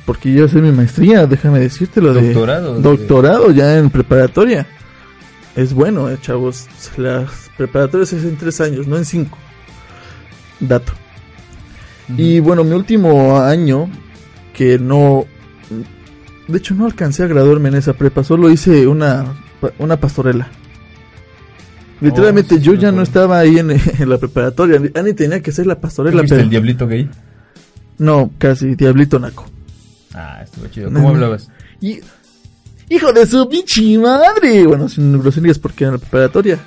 Porque iba a hacer mi maestría, déjame decirte lo de... Doctorado. de- Doctorado ya en preparatoria. Es bueno, eh, chavos. Las preparatorias es en tres años, no en cinco. Dato. Ujú. Y bueno, mi último año, que no, De hecho, no alcancé a graduarme en esa prepa, solo hice una, pa- una pastorela. Literalmente Oh, sí, sí, yo me ya no acuerdo. estaba ahí en, en la preparatoria, ni- ah, ni tenía que hacer la pastorela, ¿Viste pero... el diablito gay? No, casi, diablito naco. Ah, estuvo chido. ¿Cómo hablabas? Y- ¡Hijo de su pinche madre! Bueno, sin groserías porque era la preparatoria.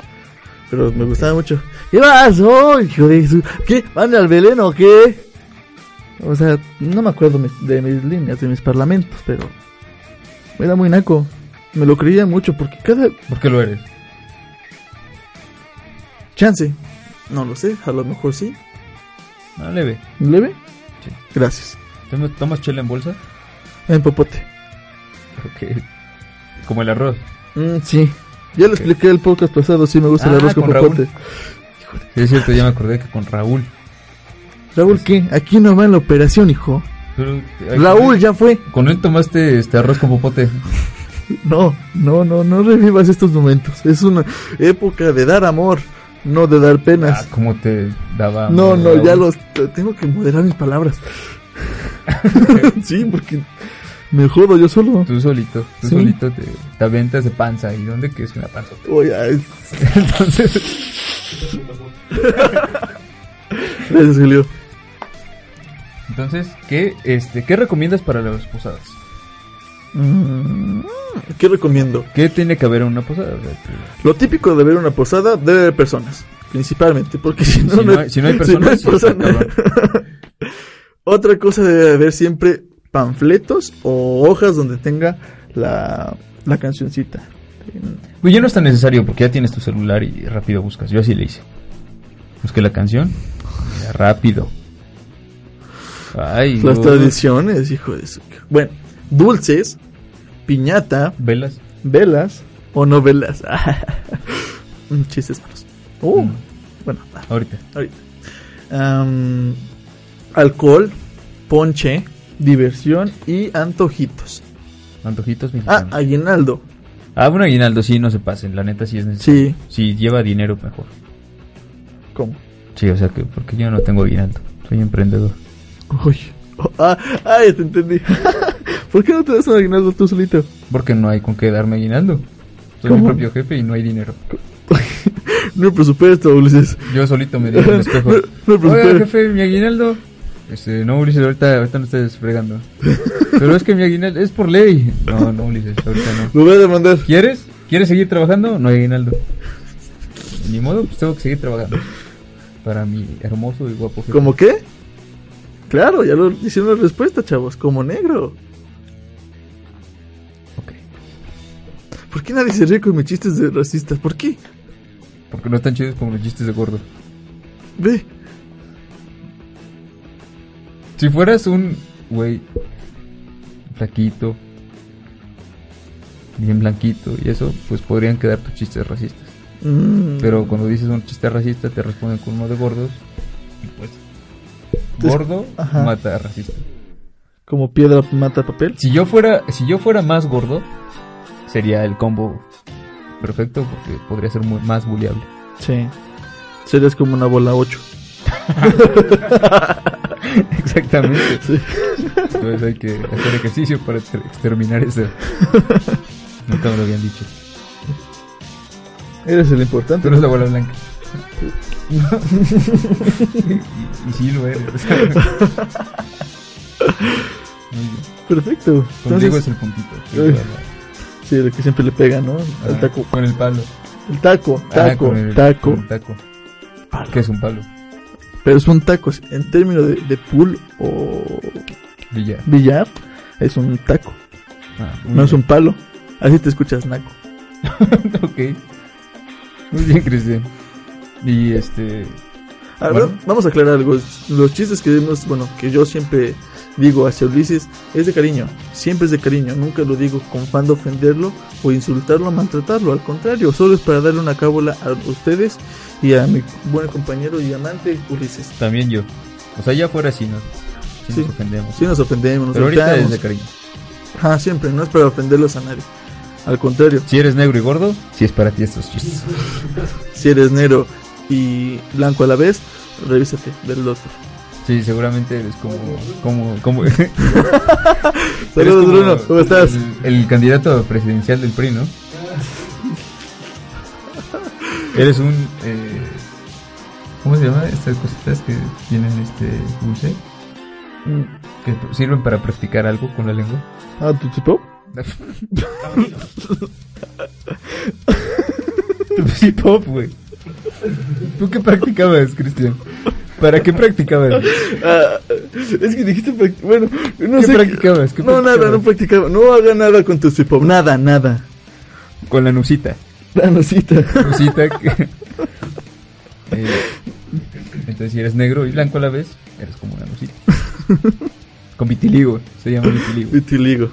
Pero me gustaba mucho. ¿Qué pasó, hijo de su...? ¿Qué? ¿Van al Belén o qué? O sea, no me acuerdo mi- de mis líneas, de mis parlamentos, pero... Era muy naco. Me lo creía mucho porque cada ¿Por qué lo eres? chance... No lo sé, a lo mejor sí. No, leve. ¿Leve? Sí. Gracias. ¿Tomas- ¿Tomas chela en bolsa? En popote. Ok. Como el arroz. Mm, sí. Ya lo expliqué el podcast pasado, sí me gusta el Ah, arroz con, con Raúl. popote. Sí, es cierto, ya me acordé que con Raúl. Raúl, ¿qué? Aquí no va en la operación, hijo. Pero, ay, Raúl ya fue. Con él tomaste este arroz con popote. No, no, no, no revivas estos momentos. Es una época de dar amor, no de dar Ah, penas. cómo te daba. no, amor, no, Ah, Raúl. ya los te- tengo que moderar mis palabras. sí, porque me jodo yo solo. Tú solito, tú Sí. solito te, te aventas de panza. ¿Y dónde crees que una panza? Oye, ay, Entonces, gracias, Julio. entonces ¿qué, este, ¿qué recomiendas para las posadas? Mm, ¿Qué recomiendo? ¿Qué tiene que haber en una posada? O sea, que- Lo típico de ver una posada debe haber personas, principalmente, porque si no, Si no hay- si no hay personas, si no hay sí está personas. Otra cosa debe haber siempre panfletos o hojas donde tenga la, la cancioncita. Pues ya no es tan necesario porque ya tienes tu celular y rápido buscas. Yo así le hice. Busqué la canción. ya, rápido. Ay, Las no. tradiciones, hijo de su... Bueno, dulces, piñata, Velas. velas o no velas. Mm, Chistes malos. Uh, Mm. Bueno, ah, Ahorita. ahorita. Am, alcohol, ponche, diversión y antojitos. Antojitos Ah, mexicanos. Ah, aguinaldo. un aguinaldo, sí, no se pasen. La neta, sí es necesario. Sí, Si lleva dinero, mejor. ¿cómo? Sí, o sea que, porque yo no tengo aguinaldo. Soy emprendedor. Uy. Oh, ah, ah, ya te entendí. ¿Por qué no te das un aguinaldo tú solito? Porque no hay con qué darme aguinaldo. Soy mi ¿Cómo? propio jefe y no hay dinero. No hay presupuesto, Ulises. Yo solito me digo en el espejo. No, no, pero Oiga, espera. jefe, mi aguinaldo. Este, no, Ulises, ahorita, ahorita no estés fregando. Pero es que mi aguinaldo es por ley. No, no, Ulises, ahorita no. Lo voy a demandar. ¿Quieres? ¿Quieres seguir trabajando? No hay aguinaldo. Ni modo, pues tengo que seguir trabajando. Para mi hermoso y guapo jefe. ¿Cómo qué? Claro, ya lo hicieron la respuesta, chavos. Como negro. Ok. ¿Por qué nadie se ríe con mis chistes de racistas? ¿Por qué? Porque no están chidos como los chistes de gordo. Ve. Si fueras un güey flaquito, bien blanquito y eso, pues podrían quedar tus chistes racistas. Mm, Pero cuando dices un chiste racista te responden con uno de gordos y pues Entonces, gordo ajá. mata a racista. Como piedra mata papel. Si yo fuera si yo fuera más gordo sería el combo perfecto porque podría ser muy, más buleable. Sí. Serías como una bola 8. Exactamente. Sí. Entonces hay que hacer ejercicio para ter- exterminar eso. Nunca me lo habían dicho. Eres el importante. Tú eres la bola blanca. y, y sí lo eres. Muy bien. Perfecto. Con Diego es Entonces, el puntito. Uy, sí, lo que siempre le pega, ¿no? El Ah, taco. Con el palo. El taco, Ah, taco, con el- taco. con el taco. Palo. Que es un palo. Pero son tacos. En términos de, de pool o Villa. billar, es un taco. Ah, muy No es un bien. palo. Así te escuchas, Naco. ok. Muy bien, Cristian. Y este. Ahora, Bueno. vamos a aclarar algo. Los chistes que vemos, bueno, que yo siempre digo hacia Ulises, es de cariño. Siempre es de cariño. Nunca lo digo con fan de ofenderlo o insultarlo o maltratarlo. Al contrario, solo es para darle una cábola a ustedes y a mi buen compañero y amante Ulises. También yo. O sea, ya fuera así, ¿no? Si Sí. nos ofendemos. Si nos ofendemos, nos Pero ahorita es ofendemos. de cariño. Ah, siempre, no es para ofenderlos a nadie. Al contrario, Si eres negro y gordo, si es para ti estos chistes. si eres negro y blanco a la vez, revísate del doctor. Sí, seguramente es como. como, como eres Saludos, como Bruno. ¿Cómo estás? El, el candidato presidencial del PRI, ¿no? Eres un. eh, ¿Cómo se llama? Estas cositas que tienen este dulce. Que sirven para practicar algo con la lengua. Ah, ¿tu tipo? Sí, pop, güey. ¿Tú qué practicabas, Cristian? ¿Para qué practicabas? Ah, es que dijiste, pract- bueno, no ¿Qué sé. practicabas? ¿Qué no, nada, practicabas? no practicaba. No haga nada con tu tipo. Nada, nada. Con la nucita. La nocita. Nucita que- Eh, entonces, si eres negro y blanco a la vez, eres como una nucita. Con vitiligo, se llama vitiligo. Vitiligo.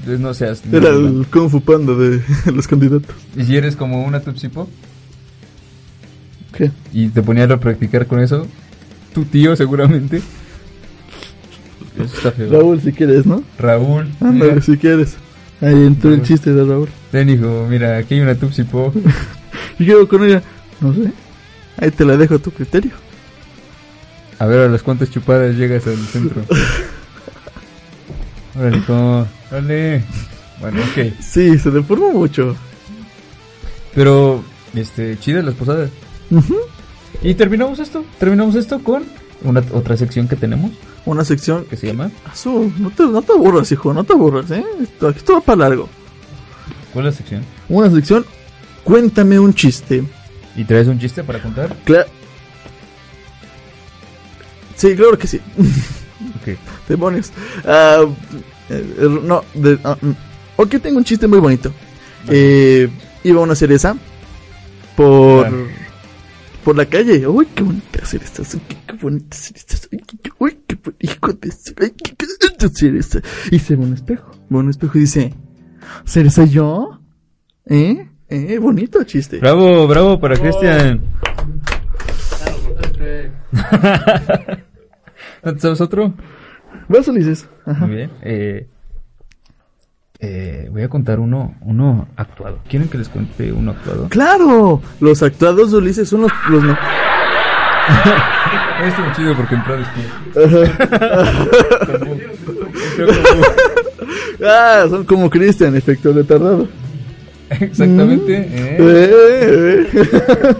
Entonces no seas... Era negro. el Kung Fu Panda de los candidatos. Y si eres como una Tupsi Pop ¿Qué? y te ponías a practicar con eso, tu tío seguramente... Eso está feo. Raúl, si quieres, ¿no? Raúl. Ándale, mira. si quieres. Ahí entró el Raúl. chiste de Raúl. Ten, hijo, mira, aquí hay una Tupsi Pop. ¿Y qué hago con ella? No sé. Ahí te la dejo a tu criterio. A ver, a las cuantas chupadas llegas al centro. Órale, ¿cómo? Órale. Bueno, ok. Sí, se deformó mucho. Pero, este, chidas las posadas. Ujú. Y terminamos esto. Terminamos esto con una otra sección que tenemos Una sección que se llama. Azul, no te, no te aburras, hijo, no te aburras, ¿eh? Esto, esto va para largo. ¿Cuál es la sección? Una sección, cuéntame un chiste. ¿Y traes un chiste para contar? Cla- sí, claro que sí. Ok. Demonios. Ah, eh, eh, no, de, ah, mm. ok, tengo un chiste muy bonito. Eh, iba una cereza por, Claro. por la calle. Uy, qué bonita cereza. Uy, qué, qué bonita cereza. Uy, qué, uy, qué buen hijo de su- Uy, qué, qué bonita cereza. Y se ve un espejo. Ve un espejo y dice: ¿Cereza yo? ¿Eh? ¿Eh? Bonito chiste. Bravo, bravo para Cristian. ¿No te sabes otro? Vas, Ulises. Ah, Ajá. Muy bien. Eh, eh, voy a contar uno, uno actuado. ¿Quieren que les cuente uno actuado? Claro, los actuados de Ulises son los, los me- Esto es chido porque entró después. Ah, son como Cristian, efecto retardado. Exactamente. eh. Eh, eh.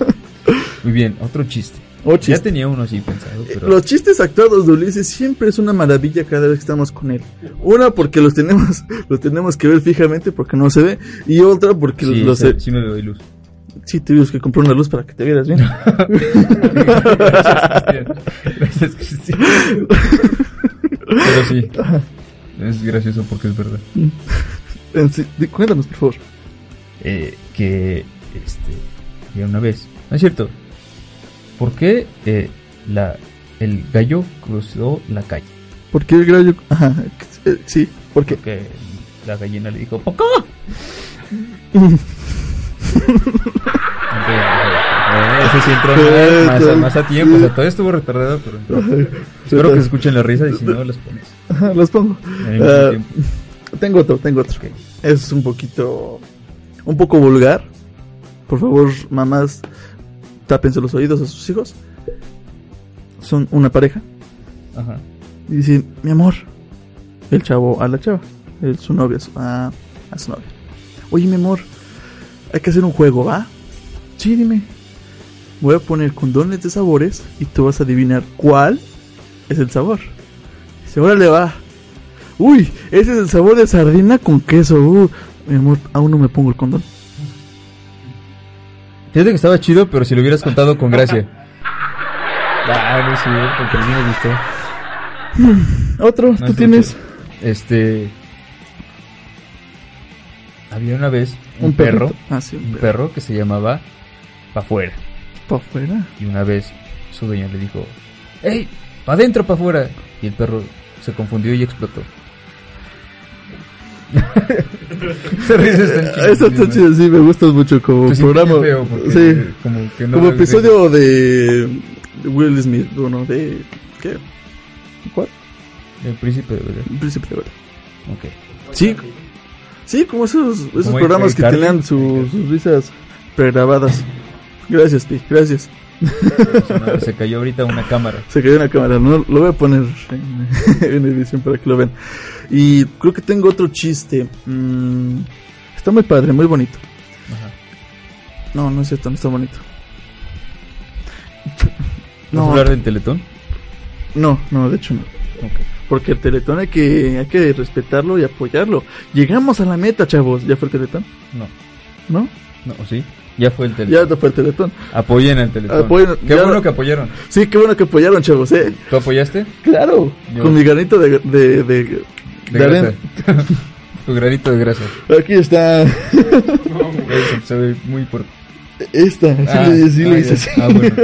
Muy bien, otro chiste. Oh, Ya chiste. Eh, tenía uno así pensado, pero Los chistes actuados de Ulises siempre es una maravilla cada vez que estamos con él. Una porque los tenemos, los tenemos que ver fijamente porque no se ve y otra porque sí, los sí, sí me doy luz. sí tuvimos que comprar una luz para que te vieras bien. Gracias, Cristian. Pero sí, es gracioso porque es verdad. En sí- di- cuéntanos por favor. eh, que este había una vez no es cierto por qué eh, la el gallo cruzó la calle ¿Por qué el gallo? Ajá, eh, sí, ¿por qué? porque la gallina le dijo poco Ese sí entró Eh, más, a- tal- más a tiempo, o sea, todavía estuvo retardado, pero entró. Espero que escuchen la risa y si no, las pones. Ajá, los pongo. al mismo Ah, tiempo. Tengo otro, tengo otro. Es un poquito. un poco vulgar. Por favor, mamás, tápense los oídos a sus hijos. Son una pareja. Ajá. Y dicen, mi amor. El chavo a la chava. el- su novia a su, a- a su novia. Oye, mi amor, hay que hacer un juego, ¿va? Sí, dime. Voy a poner condones de sabores y tú vas a adivinar cuál es el sabor. Dice, órale, va. Uy, ese es el sabor de sardina con queso. Uh, mi amor, aún no me pongo el condón. Fíjate que estaba chido, pero si lo hubieras contado con gracia. Ah, no es cierto, pero sí me gustó. Otro, No tú es tienes otro. Este. Había una vez un, un perro, perro. Ah, sí, un un perro. perro que se llamaba Pa' afuera. Pa' afuera. Y una vez su dueño le dijo: ¡Ey! ¡Pa' adentro, pa' afuera! Y el perro se confundió y explotó. Esa risa está chida, Eso está ¿no? chido, sí, me gustas mucho como Se siente programa. feo porque sí. Como, que no Como lo dije. episodio de de Will Smith, bueno, de. ¿Qué? ¿Cuál? El príncipe de verdad. El Príncipe de Bel-Air. Ok. Sí, sí, como esos, esos Como programas el que Cardi. tenían su- sus risas pregrabadas. Gracias, Pi, gracias. Sonaba, Se cayó ahorita Pues una cámara. Se cayó una cámara, no, lo voy a poner en, en edición para que lo vean. Y creo que tengo otro chiste. Mm, está muy padre, muy bonito. Ajá. No, no es cierto, no está bonito. ¿Vas a No, hablar del Teletón? no, no, de hecho no. Ok. Porque el Teletón hay que, hay que respetarlo y apoyarlo. Llegamos a la meta, chavos. ¿Ya fue el Teletón? No, ¿No? no, sí. Ya fue el Ya Teletón. fue el Teletón. Apoyen al Teletón. Apoyen- Qué ya- bueno que apoyaron. Sí, qué bueno que apoyaron, chavos, ¿eh? ¿Tú apoyaste? Claro. Yo- Con mi granito de... de, de, de arena. grasa. tu granito de grasa. Aquí está. Eso se ve muy por... Esta. Sí, Ah, le, sí le ah, hice ya. así. Ah, bueno.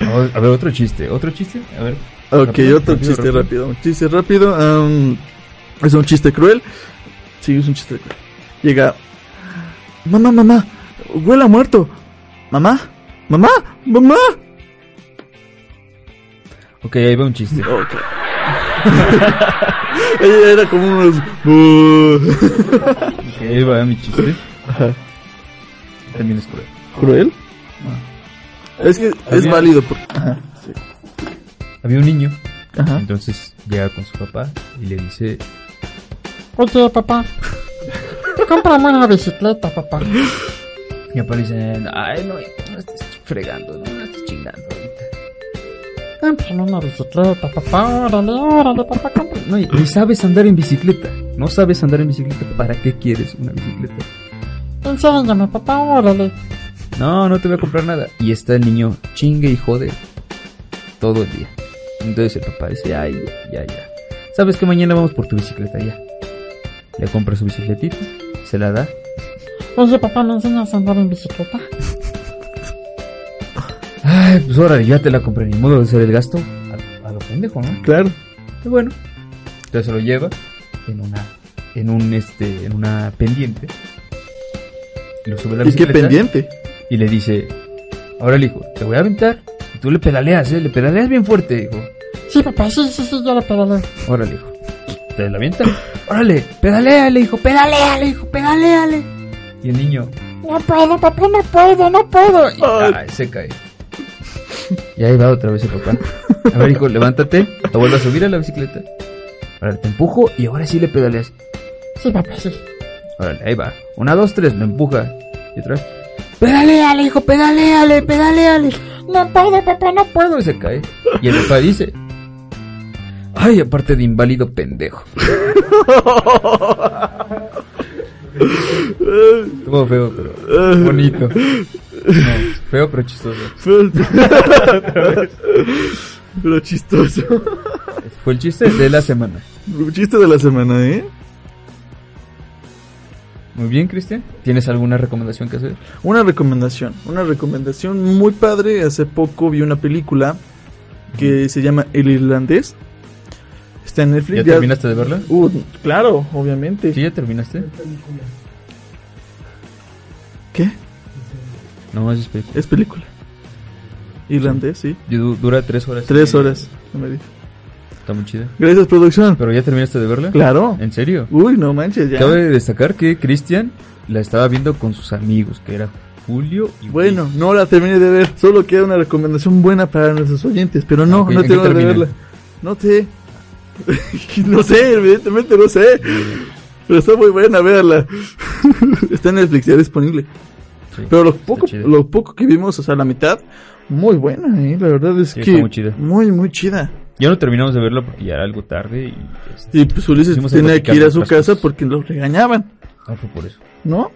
Vamos- A ver, otro chiste. ¿Otro chiste? A ver. Ok, Rápido, otro rápido, chiste rápido. rápido. Un chiste rápido. am, es un chiste cruel. Sí, es un chiste cruel. Llega. Mamá, mamá. Huele a muerto. Mamá. Mamá. Mamá. Ok, ahí va un chiste. Ok. Ella era como unos. "Bú". Ok, ahí va mi chiste. Ajá. También es cruel. ¿Cruel? Ah. Es que es Había- válido. Por... Ajá. sí. Había un niño. Ajá. Entonces llega con su papá y le dice... Oye, papá. Cómprame una bicicleta, papá. Y aparecen... Ay, no, no la estés fregando, no la estés chingando ahorita. Cómprame una bicicleta, papá. Órale, órale, papá, cómprame. No, y ni sabes andar en bicicleta. No sabes andar en bicicleta. ¿Para qué quieres una bicicleta? Enséñame, papá, órale. No, no te voy a comprar nada. Y está el niño chingue y jode todo el día. Entonces el papá dice, ay, ya, ya. Sabes que mañana vamos por tu bicicleta, ya. Le compra su bicicletita, se la da. Oye, papá, ¿me enseñas a andar en bicicleta? Ay, pues órale, ya te la compré, ni modo de hacer el gasto. A, a lo pendejo, ¿no? Claro. Y bueno. Entonces se lo lleva en una, en un, este, en una pendiente. Lo sube a la Y qué bicicleta. pendiente. Y le dice, ahora el hijo, te voy a aventar. Y tú le pedaleas, ¿eh? Le pedaleas bien fuerte, hijo. Sí, papá, sí, sí, sí, yo le pedaleo. Órale, hijo. ¿Te la avienta? Órale, pedaleale, hijo, pedaleale, hijo, pedaleale. Y el niño No puedo, papá, no puedo, no puedo. y, ay, Ah, se cae. Y ahí va otra vez el papá. A ver, hijo, levántate. Te vuelvo a subir a la bicicleta. Órale, te empujo y ahora sí le pedaleas. Sí, papá, sí. Órale, ahí va. Una, dos, tres, lo empuja. Y otra vez. Pedaleale, hijo, pedaleale, pedaleale. No puedo, papá, no puedo. Todo se cae. Y el papá dice. Ay, aparte de inválido pendejo. Estuvo feo, pero bonito. No, feo, pero chistoso. Pero chistoso. Fue el chiste de la semana. Chiste de la semana, ¿eh? Muy bien, Cristian. ¿Tienes alguna recomendación que hacer? Una recomendación, una recomendación muy padre. Hace poco vi una película que se llama El Irlandés. Está en Netflix. ¿Ya terminaste de verla? Uh, claro, obviamente. ¿Sí ya terminaste? ¿Qué? No, es espe- Es película. Irlandés, sí. y du- Dura tres horas. y Tres media. horas. no me digas. Está muy chida. Gracias, producción. ¿Pero ya terminaste de verla? Claro. ¿En serio? Uy, no manches, ya. Cabe destacar que Cristian la estaba viendo con sus amigos, que era Julio y Bueno, no la terminé de ver. Solo queda una recomendación buena para nuestros oyentes. Pero no, Ok, no ¿en qué tengo de termina? verla. No sé. no sé, evidentemente no sé. Pero está muy buena verla. está en Netflix, ya disponible. Sí. Pero lo poco, chida. lo poco que vimos, o sea, la mitad, muy buena, ¿eh? La verdad es Sí, que. está muy chida. Muy, muy chida. Ya no terminamos de verla porque ya era algo tarde y este, Y pues Ulises Hicimos el tenía que ir a su Vaticano, casa gracias. porque los regañaban, no ah, fue por eso. ¿no?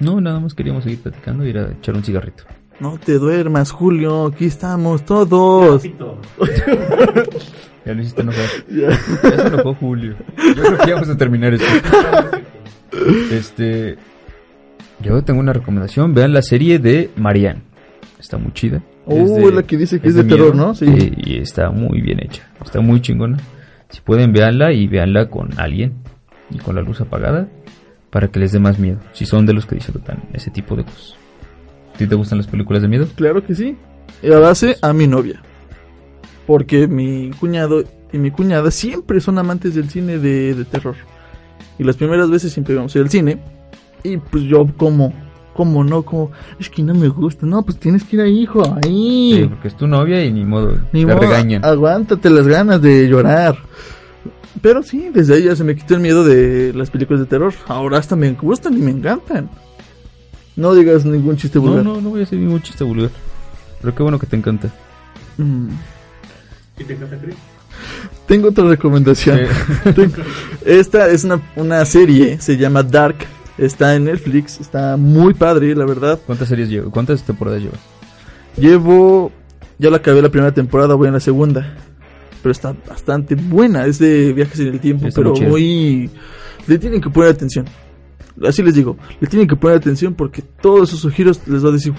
No, nada más queríamos seguir platicando y ir a echar un cigarrito. No te duermas, Julio. Aquí estamos todos. Ya lo hiciste enojar. Ya se enojó Julio. Yo creo que ya vamos a terminar esto. Este. Yo tengo una recomendación. Vean la serie de Marianne. Está muy chida. Es Uh, de- es la que dice que es de terror, ¿no? Sí. Sí. Y está muy bien hecha. Está muy chingona. Si pueden, veanla y veanla con alguien. Y con la luz apagada. Para que les dé más miedo. Si son de los que disfrutan ese tipo de cosas. ¿A ti te gustan las películas de miedo? Claro que sí. Y la base a mi novia. Porque mi cuñado y mi cuñada siempre son amantes del cine de, de terror. Y las primeras veces siempre íbamos a ir al cine. Y pues yo como ¿Cómo no? ¿Cómo? Es que no me gusta. No, pues tienes que ir ahí, hijo. Ahí. Sí, porque es tu novia y ni modo. Ni te modo, regañan. Aguántate las ganas de llorar. Pero sí, desde ahí ya se me quitó el miedo de las películas de terror. Ahora hasta me gustan y me encantan. No digas ningún chiste No, vulgar. no, no voy a hacer ningún chiste vulgar. Pero qué bueno que te encanta. Mm. ¿Y te encanta Chris? Tengo otra recomendación. Tengo- Esta es una, una serie, se llama Dark. Está en Netflix, está muy padre, la verdad. ¿Cuántas series llevas? ¿Cuántas temporadas llevas? Llevo. Ya la acabé la primera temporada, voy en la segunda. Pero está bastante buena. Es de viajes en el tiempo, Está muy pero chida. muy. Le tienen que poner atención. Así les digo, le tienen que poner atención porque todos esos giros les va a decir.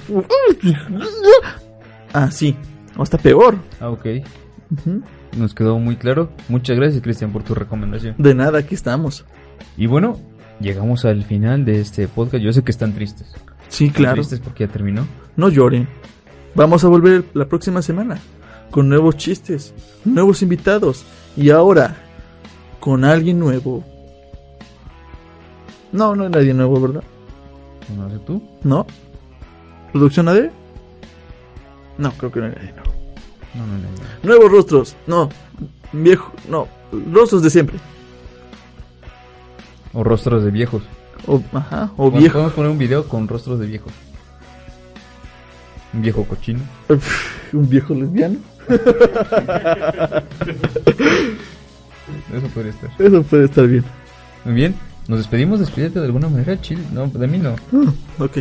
Así. Ah, O hasta peor. Ah, ok. Ujú. Nos quedó muy claro. Muchas gracias, Cristian, por tu recomendación. De nada, aquí estamos. Y bueno, llegamos al final de este podcast. Yo sé que están tristes. Están Sí, claro. Tristes porque ya terminó. No lloren. Vamos a volver la próxima semana con nuevos chistes, nuevos invitados y ahora con alguien nuevo. No, no hay nadie nuevo, ¿verdad? No sé tú. ¿No? ¿Producción AD? No, creo que no hay nadie nuevo. No, no, no. no. Nuevos rostros, no. Viejo, no. Rostros de siempre. O rostros de viejos. O, ajá, o Bueno, viejo. Podemos poner un video con rostros de viejos. Un viejo cochino. Un viejo lesbiano. Eso podría estar. Eso puede estar bien. Muy bien. Nos despedimos. Despídete de alguna manera, chill. No, de mí no. Ah, ok.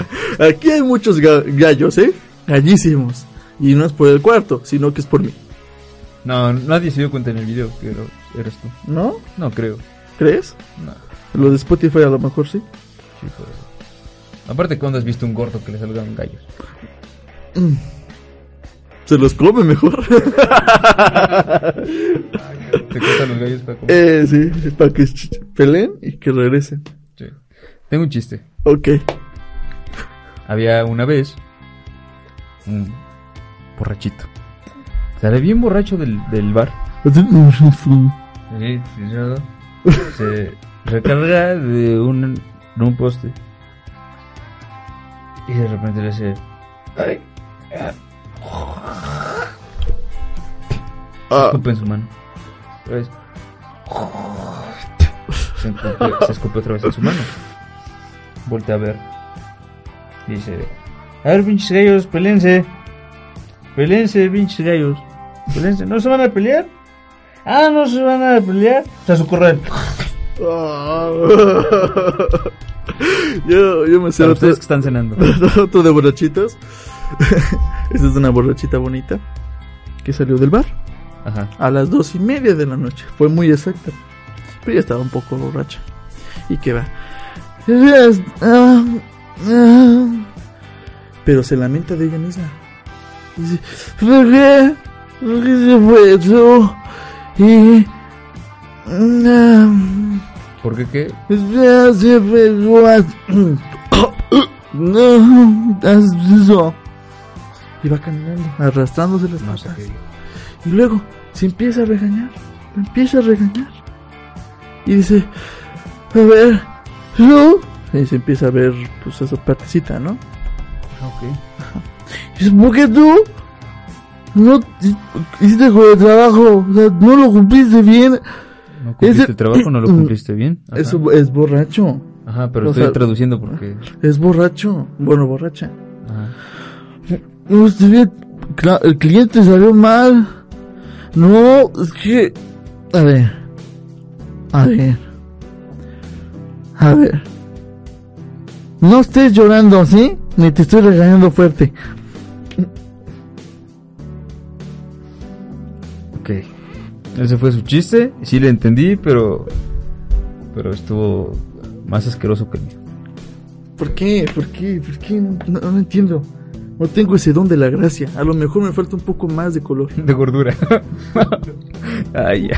Aquí hay muchos ga- gallos, ¿eh? Gallísimos. Y no es por el cuarto, sino que es por mí. No, nadie se dio cuenta en el video, pero eres tú. ¿No? No creo. ¿Crees? No. Lo de Spotify a lo mejor sí. Chico. Aparte, ¿cuándo has visto un gordo que le salgan gallos? Se los come mejor. Te cortan los gallos para comer. eh, sí, para que ch- peleen y que regresen. Sí. Tengo un chiste. Ok. Había una vez un borrachito. Sale bien borracho del, del bar. Sí, sí, yo- Se recarga de un, de un poste. Y de repente le hace. "Ay, Ah, escupe en su mano. Otra vez. Se, escupe- se escupe otra vez en su mano. Voltea a ver. Y dice: A ver, pinches gallos, pelense. Pelense, pinches gallos. Pelense. ¿No se van a pelear? Ah, no se van a pelear. O sea, su correo. ah. yo, yo me sé Para otro, ustedes que están cenando. otro de borrachitos. Esta es una borrachita bonita que salió del bar. Ajá. a las dos y media de la noche. Fue muy exacta. Pero ya estaba un poco borracha. Y que va. Las- ah, ah. Pero se lamenta de ella misma. Dice, ¿por qué? ¿Por qué se fue tú? Y... ah, ¿Por qué qué? ya se fue tú a- No, haz eso. Y va caminando, arrastrándose las No sé qué patas. dijo. Y luego se empieza a regañar, lo empieza a regañar. Y dice, a ver, ¿no? Y se empieza a ver, pues, esa partecita, ¿no? Y dice, ¿por qué tú? No hi- hiciste con el trabajo, o sea, no lo cumpliste bien. ¿No cumpliste Ese- el trabajo? ¿No lo cumpliste bien? Ajá. Eso es borracho, Ajá, pero o estoy sea- traduciendo porque... es borracho, bueno, borracha. Ajá. Ah. No, está bien, cla- el cliente salió mal. No, es que... A ver. A ver. A ver. No estés llorando, ¿sí? Ni te estoy regañando fuerte. Ok. Ese fue su chiste. Sí le entendí, pero... Pero estuvo más asqueroso que el mío. ¿Por qué? ¿Por qué? ¿Por qué? No, no- no entiendo. No tengo ese don de la gracia. A lo mejor me falta un poco más de color. De gordura. Ay,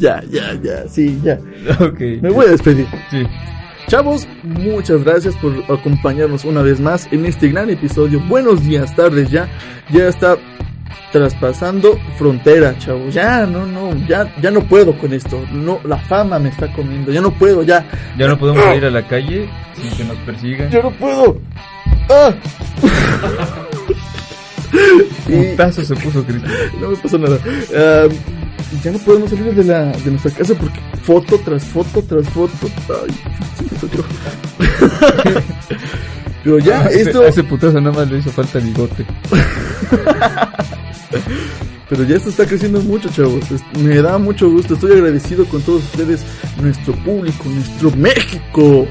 ya. ya, ya, ya. Sí, ya. Ok. Me voy a despedir. Sí. Chavos, muchas gracias por acompañarnos una vez más en este gran episodio. Buenos días, tardes ya. Ya está traspasando frontera, chavos. Ya, no, no, ya, ya no puedo con esto. No, la fama me está comiendo. Ya no puedo, ya. Ya no podemos salir a la calle sin que nos persigan. Yo no puedo. ¡Ah! Y- Putazo se puso Cristo. no me pasó nada. Ah, ya no podemos salir de, la, de nuestra casa porque foto tras foto tras foto. Ay, sí, me dolió. Pero ya, A ese- esto. a ese putazo nada más le hizo falta bigote. Pero ya esto está creciendo mucho, chavos. Es- Me da mucho gusto. Estoy agradecido con todos ustedes, nuestro público, nuestro México.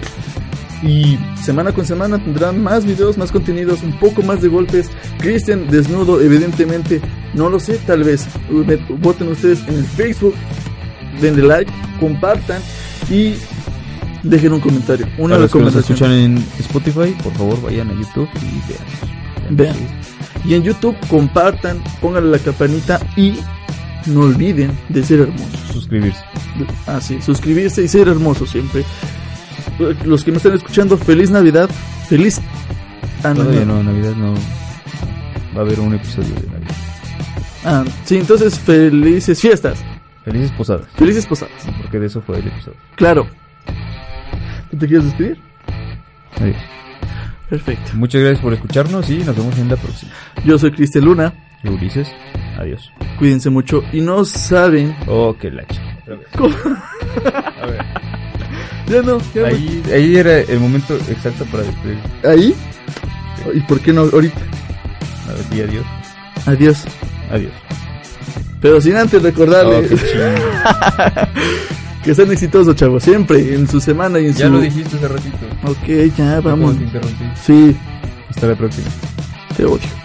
Y semana con semana tendrán más videos, más contenidos, un poco más de golpes. Cristian desnudo, evidentemente. No lo sé, tal vez. Me- Voten ustedes en el Facebook. Denle like, compartan y dejen un comentario. Una Para los que nos recomendación. escuchan en Spotify, por favor vayan a YouTube y vean. Vean. Y en YouTube compartan, pónganle la campanita y no olviden de ser hermosos. Suscribirse. Ah, sí, suscribirse y ser hermoso siempre. Los que me están escuchando, feliz Navidad, feliz. Ah, no, Todavía no. no, Navidad no. Va a haber un episodio de Navidad. Ah, sí, entonces felices fiestas, Felices posadas. felices posadas. Porque de eso fue el episodio. Claro. ¿Tú ¿Te quieres despedir? Adiós. Perfecto. Muchas gracias por escucharnos y nos vemos en la próxima. Yo soy Cristian Luna, Yo, Ulises, adiós. cuídense mucho y no saben. Oh, qué lacha. Otra vez. cómo- A ver, ya no, ya no. ahí, ahí era el momento exacto para despedir. ¿Ahí? ¿Y por qué no ahorita? A ver, di adiós. Adiós. Adiós. Pero sin antes recordarles Oh, qué chingón. que sean exitosos, chavos, siempre, en su semana y en ya su. lo dijiste hace ratito. Ok, ya, Como vamos. te interrumpí. Sí, Hasta la próxima. te odio.